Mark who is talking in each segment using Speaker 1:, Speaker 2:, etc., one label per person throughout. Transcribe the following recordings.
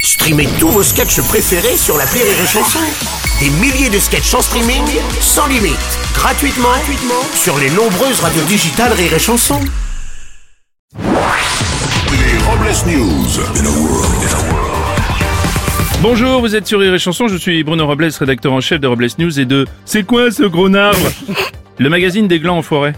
Speaker 1: Streamez tous vos sketchs préférés sur la Rire et Chanson. Des milliers de sketchs en streaming, sans limite, gratuitement, gratuitement sur les nombreuses radios digitales Rire et Chanson.
Speaker 2: Les Robles News in a world, in a world.
Speaker 3: Bonjour, vous êtes sur Rire et Chanson, je suis Bruno Robles, rédacteur en chef de Robles News et de C'est quoi ce gros arbre Le magazine des glands en forêt.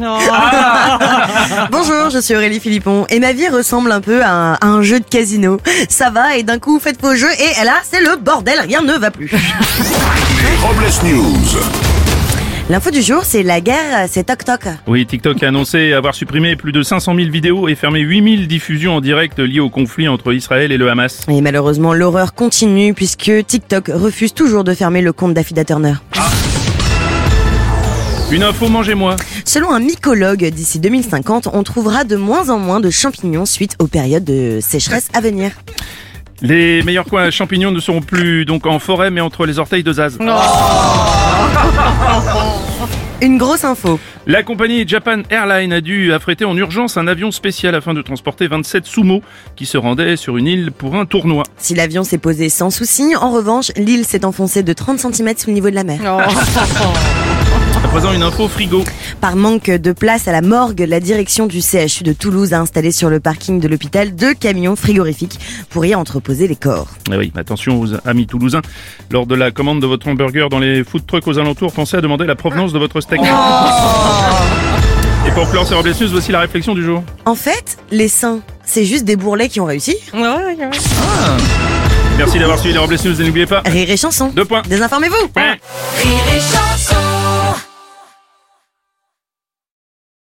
Speaker 4: Bonjour, je suis Aurélie Philippon et ma vie ressemble un peu à un, à un jeu de casino. Ça va et d'un coup faites vos jeux et là c'est le bordel, rien ne va plus.
Speaker 2: Les Robles News.
Speaker 4: L'info du jour c'est la guerre, c'est toc toc.
Speaker 3: Oui, TikTok a annoncé avoir supprimé plus de 500 000 vidéos et fermé 8000 diffusions en direct liées au conflit entre Israël et le Hamas.
Speaker 4: Et malheureusement l'horreur continue puisque TikTok refuse toujours de fermer le compte d'Affida Turner.
Speaker 3: Une info, mangez-moi.
Speaker 4: Selon un mycologue, d'ici 2050 on trouvera de moins en moins de champignons suite aux périodes de sécheresse à venir.
Speaker 3: Les meilleurs coins à champignons ne seront plus donc en forêt mais entre les orteils de Zaz.
Speaker 4: Une grosse info.
Speaker 3: La compagnie Japan Airlines a dû affréter en urgence un avion spécial afin de transporter 27 sumo qui se rendaient sur une île pour un tournoi.
Speaker 4: Si l'avion s'est posé sans souci, en revanche l'île s'est enfoncée de 30 cm sous le niveau de la mer.
Speaker 3: À présent, une info frigo.
Speaker 4: Par manque de place à la morgue, la direction du CHU de Toulouse a installé sur le parking de l'hôpital deux camions frigorifiques pour y entreposer les corps.
Speaker 3: Ah oui, attention aux amis toulousains. Lors de la commande de votre hamburger dans les food trucks aux alentours, pensez à demander la provenance de votre steak. Et pour clore ces Robles News, voici la réflexion du jour.
Speaker 4: En fait, les saints, c'est juste des bourrelets qui ont réussi.
Speaker 3: Merci d'avoir suivi les Robles News et n'oubliez pas.
Speaker 4: Rire et chanson.
Speaker 3: Deux points.
Speaker 4: Ah. Désinformez-vous.
Speaker 5: Rire et chanson.